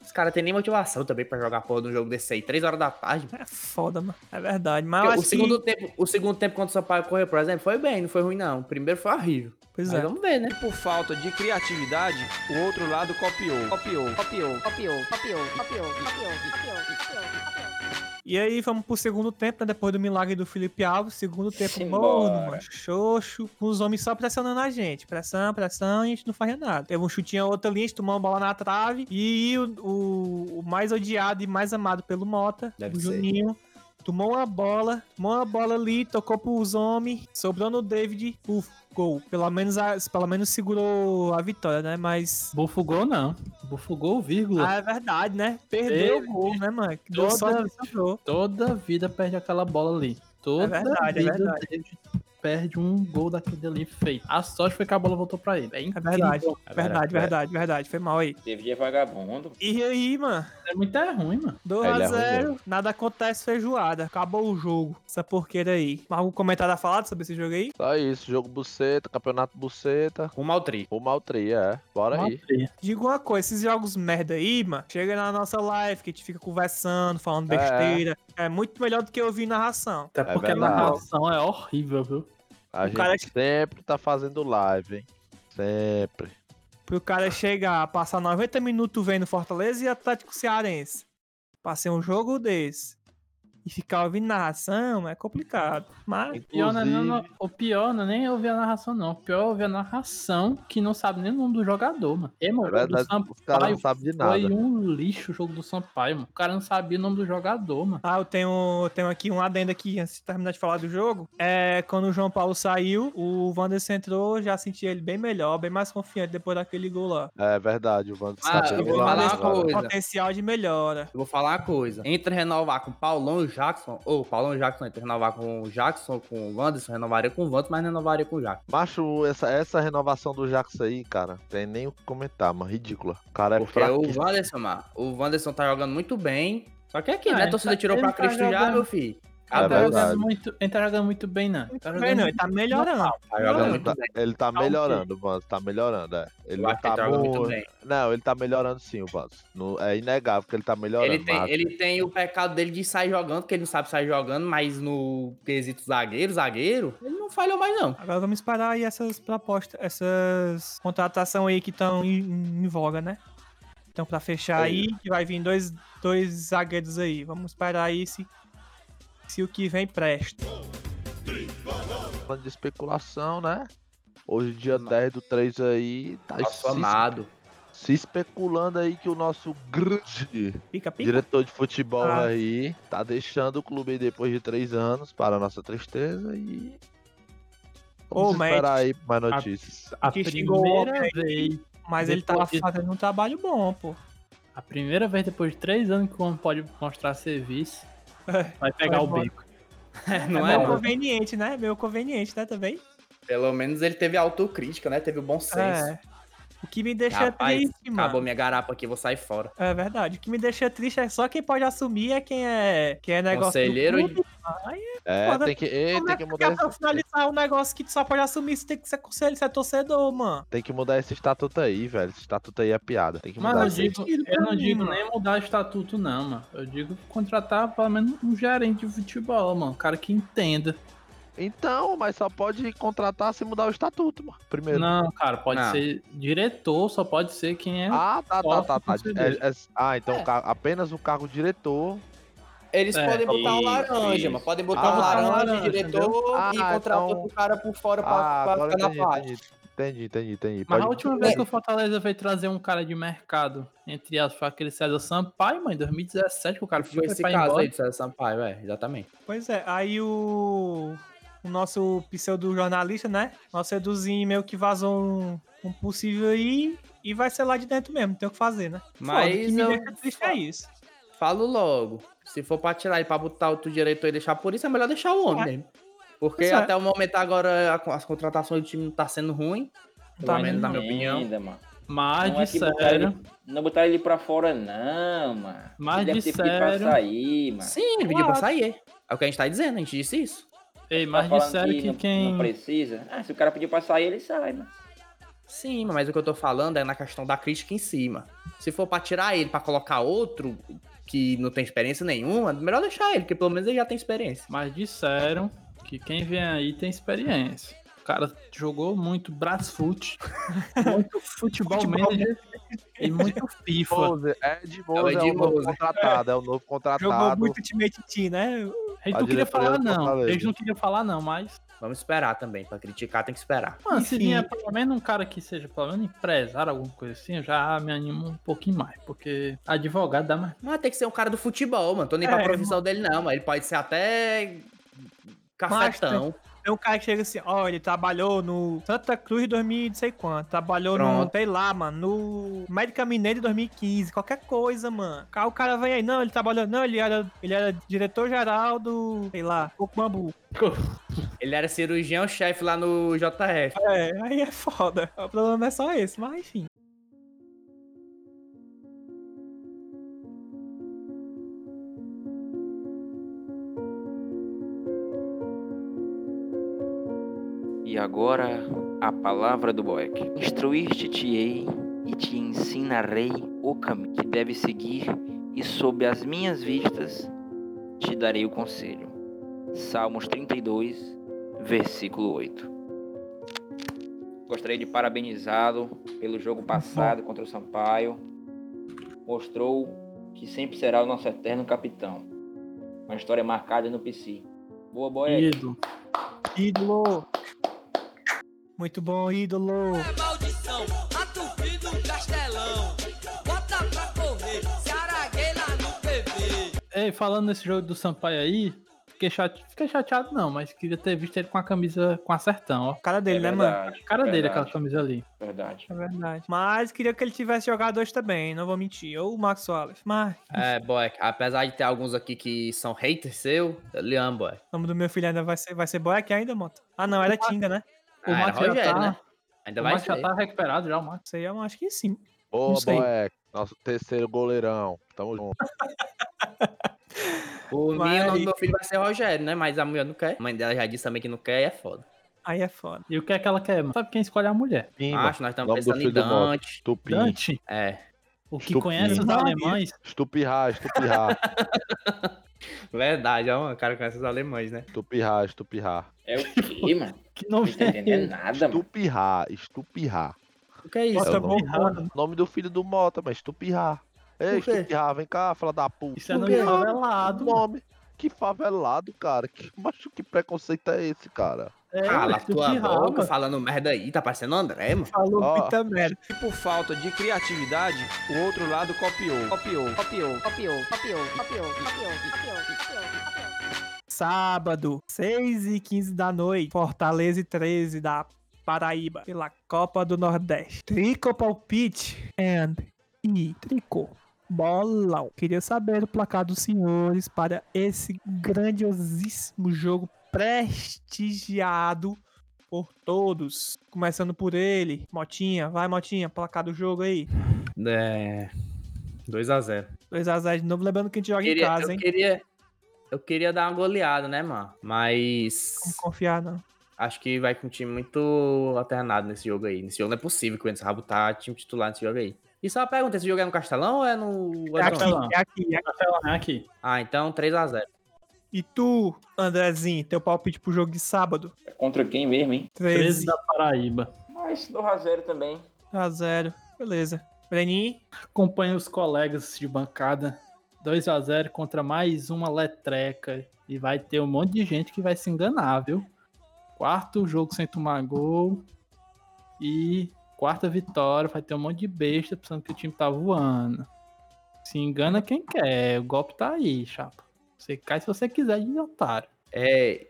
Speaker 5: os caras têm nem motivação também pra jogar porra de um jogo desse aí, 3 horas da tarde.
Speaker 2: É foda, mano. É verdade. Mas eu
Speaker 5: Porque
Speaker 2: acho
Speaker 5: o, segundo tempo, o segundo tempo contra o Sampaio Correr, por exemplo, foi bem, não foi ruim não. O primeiro foi horrível.
Speaker 2: que. Pois
Speaker 5: Mas
Speaker 2: é.
Speaker 5: vamos ver, né?
Speaker 7: E por falta de criatividade, o outro lado copiou. Copiou, copiou, copiou, copiou, copiou, copiou, copiou, copiou.
Speaker 2: E aí vamos pro segundo tempo, né? Depois do milagre do Felipe Alves. Segundo tempo
Speaker 4: Simbora.
Speaker 2: morno, mano. Xoxo. Com os homens só pressionando a gente. Pressão, pressão, e a gente não fazia nada. Teve um chutinho a outra linha, a gente tomou uma bola na trave. E o, o- o mais odiado e mais amado pelo Mota,
Speaker 5: Deve
Speaker 2: o
Speaker 5: ser.
Speaker 2: Juninho. Tomou uma bola, tomou uma bola ali, tocou pros homens, sobrou no David, uf, gol. Pelo menos, a- pelo menos segurou a vitória, né? Mas.
Speaker 1: Bufugol não. Bufugol, vírgula.
Speaker 2: Ah, é verdade, né? Perdeu o
Speaker 1: Teve.
Speaker 2: gol, né, mano? Que
Speaker 1: Toda-
Speaker 2: Deu sorte que sobrou.
Speaker 1: Toda vida perde aquela bola ali. Toda
Speaker 2: É verdade, é
Speaker 1: vida
Speaker 2: verdade.
Speaker 1: David perde um gol daquele ali feito. A sorte foi que a bola voltou pra ele. É
Speaker 2: É
Speaker 1: incrível.
Speaker 2: verdade,
Speaker 5: É
Speaker 2: verdade,
Speaker 5: verdade,
Speaker 2: verdade, verdade. Foi mal aí.
Speaker 4: David é vagabundo.
Speaker 2: E aí, mano?
Speaker 1: É muito é ruim, mano.
Speaker 2: 2
Speaker 3: Ele
Speaker 2: a
Speaker 3: é ruim
Speaker 2: 0 nada acontece, feijoada. Acabou o jogo. Essa porqueira aí. Algum comentário a falar sobre esse jogo aí?
Speaker 3: Só isso. Jogo buceta, campeonato buceta.
Speaker 5: Rumo ao tri.
Speaker 3: O Maltri, é. Bora aí.
Speaker 1: Matei.
Speaker 2: Diga uma coisa, esses jogos merda aí, mano, chega na nossa live que a gente fica conversando, falando
Speaker 3: É.
Speaker 2: besteira. É, muito melhor do que ouvir narração.
Speaker 1: Até
Speaker 3: É
Speaker 1: porque a
Speaker 3: verdade.
Speaker 1: narração é horrível, viu?
Speaker 3: A
Speaker 2: O
Speaker 3: gente
Speaker 2: cara-
Speaker 3: sempre tá fazendo live, hein? Sempre.
Speaker 2: Pro cara chegar, passar 90 minutos vendo Fortaleza e Atlético Cearense. Passei um jogo desse. e ficar ouvindo narração é complicado. Mas,
Speaker 1: O pior, não é, não, não, o pior não é nem ouvir a narração, não. O pior é ouvir a narração que não sabe nem o nome do jogador, mano. É, mano,
Speaker 3: É
Speaker 1: o jogo do
Speaker 3: verdade, os caras não
Speaker 1: Sampaio
Speaker 3: sabem de
Speaker 1: foi
Speaker 3: nada.
Speaker 1: um lixo o jogo do Sampaio, mano. O cara não sabia o nome do jogador, mano.
Speaker 2: ah, eu tenho, eu tenho aqui um adendo aqui antes de terminar de falar do jogo. É, quando o João Paulo saiu, o Wanderson entrou, já senti ele bem melhor, bem mais confiante depois daquele gol lá.
Speaker 3: É verdade, o Vando
Speaker 5: Ah,
Speaker 3: sabe
Speaker 5: eu
Speaker 3: de
Speaker 5: vou
Speaker 3: nada,
Speaker 5: falar uma
Speaker 3: cara.
Speaker 5: coisa.
Speaker 2: Potencial de melhora.
Speaker 5: Eu vou falar uma coisa. Entre renovar com o Paulão e o Jackson, ou o Paulão e o Jackson, entre renovar com o Jackson, com o Wanderson, renovaria com o Wanderson, mas não renovaria com o Jackson.
Speaker 3: Macho, essa, essa renovação do Jax aí, cara, tem nem o que comentar, mano. Ridícula. O cara é
Speaker 5: Porque o
Speaker 3: fraquíssimo.
Speaker 5: Wanderson, mano, o Wanderson tá jogando muito bem. Só que é aqui,
Speaker 1: Ah,
Speaker 5: né? A
Speaker 1: ele
Speaker 5: torcida
Speaker 1: tá-
Speaker 5: tirou
Speaker 1: ele
Speaker 5: pra
Speaker 1: tá
Speaker 5: Cristo já,
Speaker 1: jogando-
Speaker 5: meu filho.
Speaker 1: Ele tá
Speaker 5: Acabou.
Speaker 3: É verdade.
Speaker 1: jogando muito, ele tá jogando muito bem, não. Ele tá jogando
Speaker 2: Bem, não, ele tá melhorando.
Speaker 5: Tá
Speaker 2: Não,
Speaker 5: jogando
Speaker 3: Ele
Speaker 5: muito
Speaker 3: tá,
Speaker 5: bem.
Speaker 3: ele tá
Speaker 5: Tá ok.
Speaker 3: melhorando, o Vando, tá melhorando, é. Ele
Speaker 5: Eu
Speaker 3: não
Speaker 5: acho que ele
Speaker 3: tá
Speaker 5: joga muito
Speaker 3: bom-
Speaker 5: bem.
Speaker 3: Não, ele tá melhorando sim, o Vando. Não- É inegável que ele tá melhorando.
Speaker 5: Ele tem,
Speaker 3: mas-
Speaker 5: ele tem o pecado dele de sair jogando, que ele não sabe sair jogando, mas no quesito zagueiro, zagueiro, ele não falhou mais, não.
Speaker 2: Agora vamos esperar aí essas propostas, essas contratação aí que estão em, em voga, né? Então, pra fechar aí, que vai vir dois, dois zagueiros aí. Vamos esperar aí se, se o que vem presta.
Speaker 3: falando de especulação, né? Hoje, dia 10 do 3 aí, tá se,
Speaker 5: Assanado.
Speaker 3: se especulando aí que o nosso grande
Speaker 2: Pica, pica.
Speaker 3: diretor de futebol
Speaker 2: Ah.
Speaker 3: aí tá deixando o clube depois de 3 anos, para nossa tristeza, e. Vamos
Speaker 2: Ô, mas-
Speaker 3: esperar aí mais notícias.
Speaker 1: A
Speaker 2: Que xingou o
Speaker 1: primeira
Speaker 2: homem.
Speaker 1: vez.
Speaker 2: Mas ele tá
Speaker 1: Depois de-
Speaker 2: fazendo um trabalho bom, pô.
Speaker 1: A primeira vez depois de três anos que o homem pode mostrar serviço, vai pegar
Speaker 2: Vai
Speaker 1: o
Speaker 2: embora.
Speaker 1: bico.
Speaker 5: não
Speaker 2: é meio
Speaker 5: é, mano?
Speaker 2: conveniente, né? Meio conveniente, né, também?
Speaker 5: Pelo menos ele teve autocrítica, né? Teve o bom senso.
Speaker 2: É. O que me deixa
Speaker 5: Rapaz,
Speaker 2: triste, mano.
Speaker 5: Acabou minha garapa aqui, vou sair fora.
Speaker 2: É verdade. O que me deixa triste é só quem pode assumir é quem é, quem é negócio. do
Speaker 5: Conselheiro
Speaker 2: clube.
Speaker 3: É,
Speaker 2: Foda-
Speaker 3: tem que, ei,
Speaker 2: Como
Speaker 3: tem
Speaker 2: é
Speaker 3: que
Speaker 2: que
Speaker 3: mudar
Speaker 2: quer
Speaker 3: esse,
Speaker 2: profissionalizar um negócio que tu só pode assumir se tem que ser conselho, se é torcedor, mano?
Speaker 3: tem que mudar esse estatuto aí, velho. Esse estatuto aí é piada. Tem que
Speaker 1: Mas
Speaker 3: mudar
Speaker 1: eu
Speaker 3: isso aí.
Speaker 1: digo,
Speaker 2: sentido
Speaker 1: eu
Speaker 2: pra
Speaker 1: não
Speaker 2: mim,
Speaker 1: digo
Speaker 2: mano.
Speaker 1: nem mudar estatuto, não, mano. Eu digo contratar pelo menos um gerente de futebol, mano. Um cara que entenda.
Speaker 3: Então, mas só pode contratar se mudar o estatuto, mano. Primeiro.
Speaker 1: Não, cara, pode
Speaker 5: Não.
Speaker 1: ser diretor, só pode ser quem é.
Speaker 3: Ah, tá, tá,
Speaker 1: Posso
Speaker 3: tá, tá.
Speaker 1: conceder.
Speaker 3: É- é- ah, então o ca- apenas o cargo diretor.
Speaker 5: Eles
Speaker 1: É,
Speaker 5: podem botar um
Speaker 1: isso,
Speaker 5: laranja,
Speaker 1: isso.
Speaker 5: mano. Podem botar
Speaker 3: Ah,
Speaker 5: um laranja,
Speaker 1: laranja,
Speaker 5: diretor
Speaker 3: entendeu?
Speaker 5: e
Speaker 3: Ah,
Speaker 5: contratar
Speaker 3: então-
Speaker 5: o cara por fora pra,
Speaker 3: Ah,
Speaker 5: pra
Speaker 3: agora
Speaker 5: ficar na
Speaker 3: entendi,
Speaker 5: parte.
Speaker 3: entendi, entendi, entendi, entendi.
Speaker 1: Mas
Speaker 3: Pode-
Speaker 1: a última vez que o Fortaleza veio trazer um cara de mercado, entre as foi aquele César Sampaio, mano, em 2017, que o cara
Speaker 5: Foi esse
Speaker 1: pra ir
Speaker 5: caso
Speaker 1: embora.
Speaker 5: aí do César Sampaio, é, exatamente.
Speaker 2: Pois é, aí o, o nosso pseudo-jornalista, né? Nosso Eduzinho meio que vazou um, um possível aí e vai ser lá de dentro mesmo, não tem o que fazer, né? Foda, o que
Speaker 5: Mas
Speaker 2: me
Speaker 5: eu
Speaker 2: deixa triste é isso.
Speaker 5: falo logo. Se for pra tirar e pra botar outro diretor e deixar por isso, é melhor deixar o homem mesmo. Porque
Speaker 2: Isso é.
Speaker 5: até o momento agora a- as contratações do time não tá sendo ruim.
Speaker 2: Não
Speaker 5: Pelo
Speaker 2: tá mesmo,
Speaker 5: menos na
Speaker 2: não.
Speaker 5: minha opinião.
Speaker 4: é Ainda, mano.
Speaker 1: Mas
Speaker 4: Não é
Speaker 1: de
Speaker 4: que botaram
Speaker 1: sério.
Speaker 4: ele, não botaram ele pra fora, não, mano.
Speaker 1: Mas
Speaker 4: ele
Speaker 1: de
Speaker 4: deve ter pedido pra
Speaker 1: sério.
Speaker 4: sair, mano.
Speaker 5: Sim, ele pediu pra sair. É o que a gente tá dizendo, a gente disse isso.
Speaker 1: Ei,
Speaker 4: Tá
Speaker 1: mas
Speaker 4: falando
Speaker 1: disseram que,
Speaker 4: não,
Speaker 1: quem.
Speaker 4: não precisa. Ah, se o cara pedir pra sair, ele sai, mano.
Speaker 5: Sim, mas o que eu tô falando é na questão da crítica em cima. Se for pra tirar ele, pra colocar outro que não tem experiência nenhuma, melhor deixar ele, porque pelo menos ele já tem experiência.
Speaker 1: Mas disseram que quem vem aí tem experiência. O cara jogou muito Brasfoot, muito futebol,
Speaker 5: Futebol
Speaker 1: manager e muito FIFA.
Speaker 3: Moser, é de
Speaker 5: É
Speaker 3: Moser, é,
Speaker 5: de
Speaker 3: o novo
Speaker 5: Moser.
Speaker 3: contratado, é o novo
Speaker 2: Jogou
Speaker 3: contratado.
Speaker 2: muito Ultimate Team, né?
Speaker 1: A gente
Speaker 3: A
Speaker 1: não queria
Speaker 3: diretoria
Speaker 1: falar,
Speaker 3: do
Speaker 1: não.
Speaker 3: Fortaleza.
Speaker 1: Eles não queriam falar, não, mas.
Speaker 5: Vamos esperar também, pra criticar tem que esperar.
Speaker 1: Mano, se
Speaker 2: Enfim.
Speaker 1: vier pelo menos um cara que seja pelo menos empresário, alguma coisa assim, eu já me animo um pouquinho mais. Porque advogado dá mais.
Speaker 5: Mas tem que ser um cara do futebol, mano. Tô nem pra
Speaker 2: É,
Speaker 5: profissão dele, não, mas ele pode ser até. Cafetão.
Speaker 2: Tem um cara que chega assim, ó, ele trabalhou no Santa Cruz em 2000 não sei quanto, trabalhou no,
Speaker 5: Pronto.
Speaker 2: sei lá, mano, no América Mineiro em 2015, qualquer coisa, mano. Aí o cara vem aí, não, ele trabalhou, não, ele era, ele era diretor-geral do, sei lá, Cocambu.
Speaker 5: Ele era cirurgião-chefe lá no JF.
Speaker 2: É, aí é foda. O problema é só esse, mas enfim.
Speaker 4: E agora a palavra do Boeck. Instruir-te-ei e te ensinarei o caminho que deve seguir, e sob as minhas vistas te darei o conselho. Salmos 32, versículo 8. Gostaria de parabenizá-lo pelo jogo passado contra o Sampaio. Mostrou que sempre será o nosso eterno capitão. Uma história marcada no PC. Boa, boia.
Speaker 1: Ídolo.
Speaker 2: Ídolo! Muito bom, ídolo!
Speaker 6: maldição, atupindo um castelão. Bota pra correr, se aragueira no PV.
Speaker 1: Ei, falando nesse jogo do Sampaio aí, fiquei, chate... fiquei chateado não, mas queria ter visto ele com a camisa com a Sertão, ó.
Speaker 2: Cara dele, né, mano?
Speaker 4: É verdade,
Speaker 1: Cara dele,
Speaker 4: verdade,
Speaker 1: aquela camisa ali.
Speaker 4: Verdade.
Speaker 2: É verdade. Mas queria que ele tivesse jogado hoje também, não vou mentir. Ou o Max Wallace. Mas,
Speaker 5: É, Boeck, apesar de ter alguns aqui que são haters seu, eu lhe amo, Boeck.
Speaker 2: o nome do meu filho ainda vai ser, vai ser Boeck ainda, moto? Ah, não, era Tinga, né?
Speaker 1: O
Speaker 5: Ah, era
Speaker 1: Max já
Speaker 5: Rogério,
Speaker 1: tá-
Speaker 5: né? Ainda
Speaker 1: O
Speaker 5: vai
Speaker 1: Max
Speaker 5: ser.
Speaker 1: já tá recuperado já, o Max.
Speaker 2: Isso aí eu acho que sim.
Speaker 3: Boa,
Speaker 2: sei.
Speaker 3: Boeck. Nosso terceiro goleirão. Tamo junto.
Speaker 5: Por mim,
Speaker 2: Mas-
Speaker 5: o nome do meu filho vai ser Rogério, né? Mas a mulher não quer. A mãe dela já disse também que não quer e é foda.
Speaker 2: Aí é foda.
Speaker 1: E o que é que ela quer, mano? Sabe quem escolhe é a mulher?
Speaker 3: Pima.
Speaker 5: Acho, nós estamos
Speaker 3: Nome do
Speaker 5: pensando em
Speaker 3: filho do Moto.
Speaker 5: Dante.
Speaker 3: Tupim.
Speaker 1: Dante,
Speaker 5: É,
Speaker 1: o que
Speaker 3: Estupim.
Speaker 1: conhece os
Speaker 2: Não,
Speaker 1: alemães,
Speaker 3: Estupirá, estupirá.
Speaker 5: verdade, ó, mano, o cara conhece os alemães, né?
Speaker 3: estupirá, estupirá.
Speaker 4: É o quê, mano?
Speaker 1: que
Speaker 4: Não
Speaker 5: Tá
Speaker 1: não
Speaker 4: tô entendendo nada, mano.
Speaker 3: Estupirá, estupirá.
Speaker 5: O que é isso?
Speaker 2: Nossa,
Speaker 3: é o
Speaker 2: bom,
Speaker 1: nome.
Speaker 2: mano.
Speaker 3: Nome do filho do Mota, mas estupirá. Ei,
Speaker 5: Por quê?
Speaker 3: estupirá, vem cá, fala da puta.
Speaker 1: Isso é nome
Speaker 3: Estupirá,
Speaker 1: favelado. mano.
Speaker 3: Nome. Que favelado, cara. Que macho, que preconceito é esse, cara?
Speaker 1: É,
Speaker 5: Cala a
Speaker 1: isso
Speaker 5: tua
Speaker 1: que
Speaker 5: boca
Speaker 1: raba.
Speaker 5: falando merda aí, tá parecendo o André, mano.
Speaker 2: Falou
Speaker 3: Ó.
Speaker 2: muita merda.
Speaker 7: E por falta de criatividade, o outro lado copiou. Copiou, copiou, copiou, copiou, copiou, copiou, copiou, copiou.
Speaker 2: Sábado, 6 e 15 da noite, Fortaleza e 13 da Paraíba, pela Copa do Nordeste. Trico palpite and e tricô. Bolão. Queria saber o placar dos senhores para esse grandiosíssimo jogo prestigiado por todos. Começando por ele, Motinha. Vai, Motinha, placar do jogo aí.
Speaker 5: É. 2x0.
Speaker 2: 2x0 de novo, lembrando que a gente joga em casa,
Speaker 5: eu
Speaker 2: hein?
Speaker 5: queria. Eu queria dar uma goleada, né, mano? Mas.
Speaker 2: Não confiar, não.
Speaker 5: Acho que vai com um time muito alternado nesse jogo aí. Nesse jogo não é possível que o Enes Rabo tá time titular nesse jogo aí. E só uma pergunta, esse jogo é no Castelão ou é no...
Speaker 2: É aqui,
Speaker 1: Castelão.
Speaker 2: é aqui, é aqui.
Speaker 1: É aqui.
Speaker 5: Ah, então 3x0.
Speaker 2: E tu, Andrezinho, teu palpite pro jogo de sábado?
Speaker 4: É contra quem mesmo, hein?
Speaker 2: 13
Speaker 1: 13 da Paraíba.
Speaker 4: Mas do Razeiro também.
Speaker 2: a 0. Beleza. Breninho,
Speaker 1: Acompanha os colegas de bancada. 2x0 contra mais uma letreca. E vai ter um monte de gente que vai se enganar, viu? Quarto jogo sem tomar gol. E quarta vitória. Vai ter um monte de besta pensando que o time tá voando. Se engana quem quer. O golpe tá aí, chapa. Você cai se você quiser de otário.
Speaker 5: É,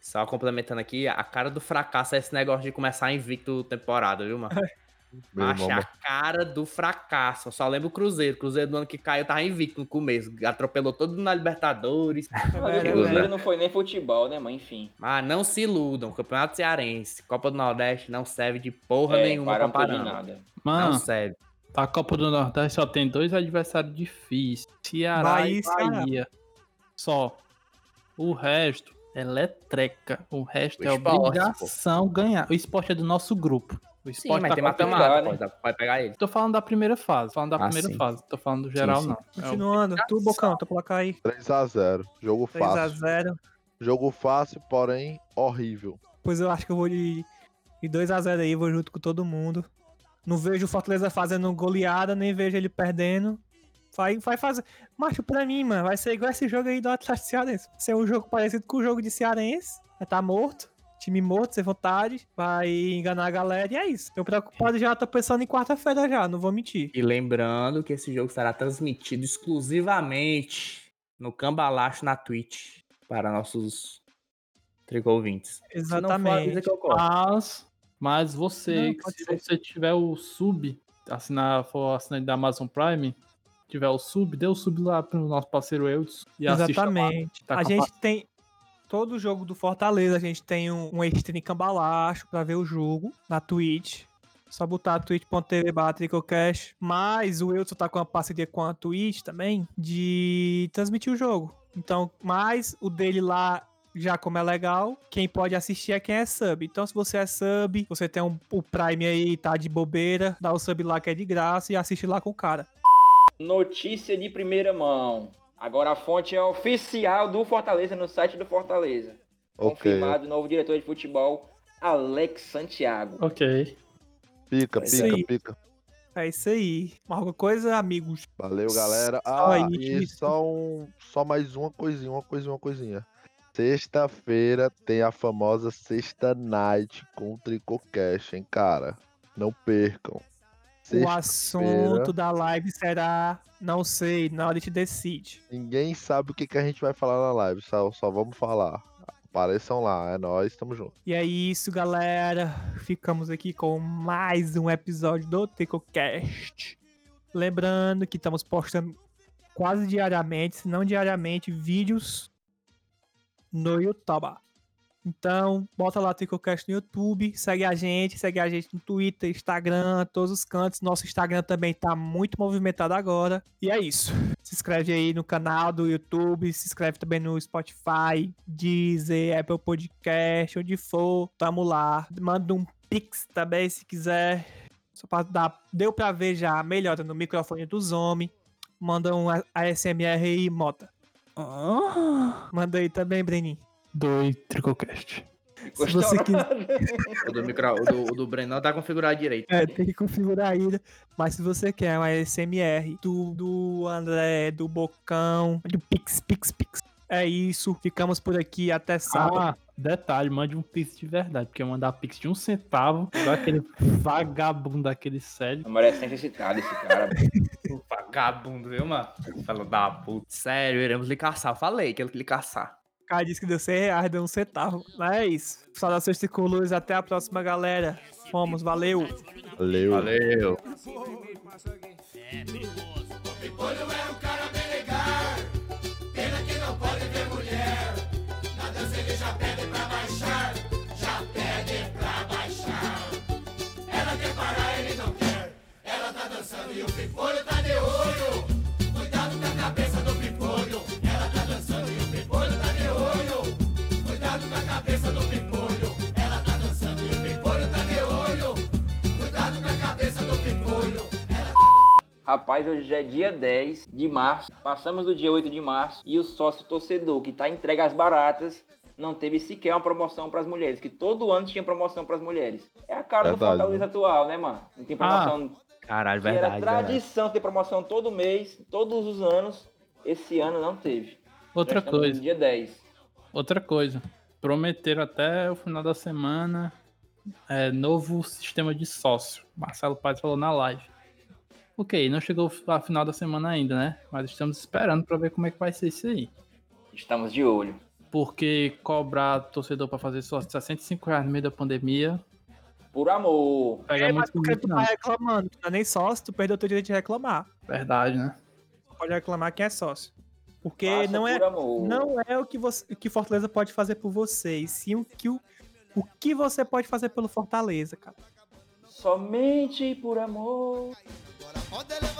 Speaker 5: só complementando aqui, a cara do fracasso é esse negócio de começar invicto temporada, viu, mano?
Speaker 3: Meu
Speaker 5: Acho
Speaker 3: irmão,
Speaker 5: a cara do fracasso. Eu só lembro o Cruzeiro. O Cruzeiro do ano que caiu tava invicto no começo. Atropelou todo mundo na Libertadores.
Speaker 2: É
Speaker 4: Mas o
Speaker 2: Velho,
Speaker 4: Cruzeiro não foi nem futebol, né, mano? Enfim.
Speaker 5: Mas não se iludam. Campeonato Cearense, Copa do Nordeste não serve de porra
Speaker 4: é,
Speaker 5: nenhuma pra
Speaker 4: parâmetro de
Speaker 5: parâmetro.
Speaker 4: nada.
Speaker 5: Não
Speaker 1: Mano,
Speaker 5: serve.
Speaker 1: a Copa do Nordeste só tem dois adversários difíceis: Ceará
Speaker 2: Bahia e
Speaker 1: e
Speaker 2: Ceará.
Speaker 1: Bahia. Só. O resto é letreca. O resto
Speaker 5: O
Speaker 1: é
Speaker 5: esporte,
Speaker 1: obrigação ganhar. O esporte é do nosso grupo. O
Speaker 5: Sim,
Speaker 1: esporte
Speaker 5: mas
Speaker 1: tá
Speaker 5: tem
Speaker 1: classificado.
Speaker 5: mata-mata,
Speaker 4: né?
Speaker 5: pô, dá- pode pegar ele.
Speaker 1: Tô falando da primeira fase. Falando da
Speaker 5: Ah,
Speaker 1: primeira
Speaker 5: sim.
Speaker 1: fase. Tô falando do geral,
Speaker 5: sim.
Speaker 1: não. É
Speaker 2: continuando. Tu, Bocão, teu placar aí.
Speaker 3: 3x0. Jogo fácil.
Speaker 2: 3x0.
Speaker 3: Jogo fácil, porém horrível.
Speaker 2: Pois eu acho que eu vou de, de 2x0 aí, vou junto com todo mundo. Não vejo o Fortaleza fazendo goleada, nem vejo ele perdendo. Vai, vai fazer. Macho, pra mim, mano, vai ser igual esse jogo aí do Atlético Cearense. Vai ser um jogo parecido com o jogo de Cearense. Vai tá morto. Time morto, sem vontade. Vai enganar a galera e é isso. Tô preocupado já, tô pensando em quarta-feira já, não vou mentir.
Speaker 5: E lembrando que esse jogo será transmitido exclusivamente no Cambalacho na Twitch para nossos tricouvintes.
Speaker 2: Exatamente.
Speaker 5: que eu
Speaker 1: o- Mas, mas você,
Speaker 2: Não,
Speaker 1: que
Speaker 2: pode
Speaker 1: se
Speaker 2: ser.
Speaker 1: você tiver o sub, assinar, for assinante da Amazon Prime, tiver o sub, dê o sub lá pro nosso parceiro Eudes. E assista lá.
Speaker 2: Exatamente.
Speaker 1: Tá
Speaker 2: a
Speaker 1: com
Speaker 2: gente tem. Todo jogo do Fortaleza, a gente tem um, um stream cambalacho pra ver o jogo na Twitch. Só botar twitch.tv barra tricocast. Mas o Wilson tá com uma parceria com a Twitch também de transmitir o jogo. Então, mas o dele lá, já como é legal, quem pode assistir é quem é sub. Então, se você é sub, você tem um- o Prime aí, tá de bobeira, dá o sub lá que é de graça e assiste lá com o cara.
Speaker 4: Notícia de primeira mão. Agora a fonte é oficial do Fortaleza, no site do Fortaleza.
Speaker 3: Ok.
Speaker 4: Confirmado, novo diretor de futebol, Alex Santiago.
Speaker 1: Ok.
Speaker 3: Pica,
Speaker 2: Mas é
Speaker 3: pica,
Speaker 2: isso.
Speaker 3: pica.
Speaker 2: É isso aí. Mais alguma coisa, amigos?
Speaker 3: Valeu, galera.
Speaker 2: Só
Speaker 3: Ah,
Speaker 2: isso,
Speaker 3: e
Speaker 2: isso.
Speaker 3: só, um, só mais uma coisinha, uma coisinha, uma coisinha. Sexta-feira tem a famosa Sexta Night com o Tricocast, hein, cara? Não percam.
Speaker 2: O
Speaker 3: Sexta,
Speaker 2: assunto da live será. Não sei, na hora a gente decide.
Speaker 3: ninguém sabe o que, que a gente vai falar na live, só, só vamos falar. Apareçam lá, é nóis, tamo junto.
Speaker 2: E é isso, galera. Ficamos aqui com mais um episódio do TricoCast. Lembrando que estamos postando quase diariamente, se não diariamente, vídeos no YouTube. Então, bota lá o TricoCast no YouTube, segue a gente, segue a gente no Twitter, Instagram, todos os cantos. Nosso Instagram também tá muito movimentado agora. E é isso. Se inscreve aí no canal do YouTube, se inscreve também no Spotify, Deezer, Apple Podcast, onde for, tamo lá. Manda um pix também se quiser. Só pra dar, deu pra ver já a melhora no microfone dos homens. Manda um A- ASMR aí, Mota. Manda aí também, Breninho.
Speaker 1: Do Tricocast.
Speaker 2: Se você quiser,
Speaker 5: O do, micro, o do, o do Brenão tá configurado direito.
Speaker 2: é, tem que configurar ainda. Mas se você quer um ASMR do, do André, do Bocão, do Pix, Pix, Pix. É isso, ficamos por aqui até sábado.
Speaker 1: Ah, detalhe, mande um pix de verdade, porque mandar pix de um centavo pra aquele vagabundo daquele sério.
Speaker 4: Não merece nem ser citado é esse cara. velho.
Speaker 5: Vagabundo, viu, mano? Falou da puta. Sério, iremos lhe caçar. Falei que ele lhe caçar.
Speaker 2: O cara disse que deu 100 reais, deu um centavo. Mas é isso. Saudações tricolores, até a próxima, galera. Fomos, valeu!
Speaker 3: Valeu.
Speaker 5: Valeu.
Speaker 6: Pimpolho é um cara bem legal, pena que não pode ver mulher. Na dança ele já pede pra baixar, já pede pra baixar. Ela quer parar, ele não quer. Ela tá dançando e o pimpolho tá de olho. Cuidado com a cabeça do pimpolho. Ela tá dançando e o pimpolho tá de olho. Cuidado com a cabeça do pimpolho. Ela tá dançando e o pimpolho tá de olho. Cuidado com a cabeça do pimpolho.
Speaker 4: Rapaz, hoje é dia 10 de março, passamos do dia 8 de março e o sócio torcedor que tá entregue às baratas não teve sequer uma promoção pras mulheres, que todo ano tinha promoção pras mulheres. É a cara
Speaker 3: Verdade,
Speaker 4: do Fortaleza atual, né, mano? Não tem promoção
Speaker 5: Caralho,
Speaker 4: Que era
Speaker 5: verdade. verdade.
Speaker 4: tradição ter promoção todo mês, todos os anos. Esse ano não teve.
Speaker 1: Outra
Speaker 4: Já estamos
Speaker 1: coisa.
Speaker 4: No dia 10.
Speaker 1: Outra coisa, prometeram até o final da semana é, novo sistema de sócio. Marcelo Paes falou na live. Ok, não chegou a final da semana ainda, né? Mas estamos esperando pra ver como é que vai ser isso aí.
Speaker 4: Estamos de olho.
Speaker 1: Porque cobrar torcedor pra fazer sócio R$ 65 reais no meio da pandemia
Speaker 4: Por amor.
Speaker 1: pega
Speaker 2: é, mas
Speaker 1: muito,
Speaker 2: porque
Speaker 1: muito
Speaker 2: tu
Speaker 1: não.
Speaker 2: tá reclamando, tu não é nem sócio, tu perdeu teu direito de reclamar.
Speaker 1: Verdade, né?
Speaker 2: Só Pode reclamar quem é sócio. Porque
Speaker 4: Faça
Speaker 2: não é,
Speaker 4: por amor.
Speaker 2: não é o que, você, o que Fortaleza pode fazer por você, e sim o que, o, o que você pode fazer pelo Fortaleza, cara.
Speaker 4: Somente por amor.
Speaker 6: Bora, pode ele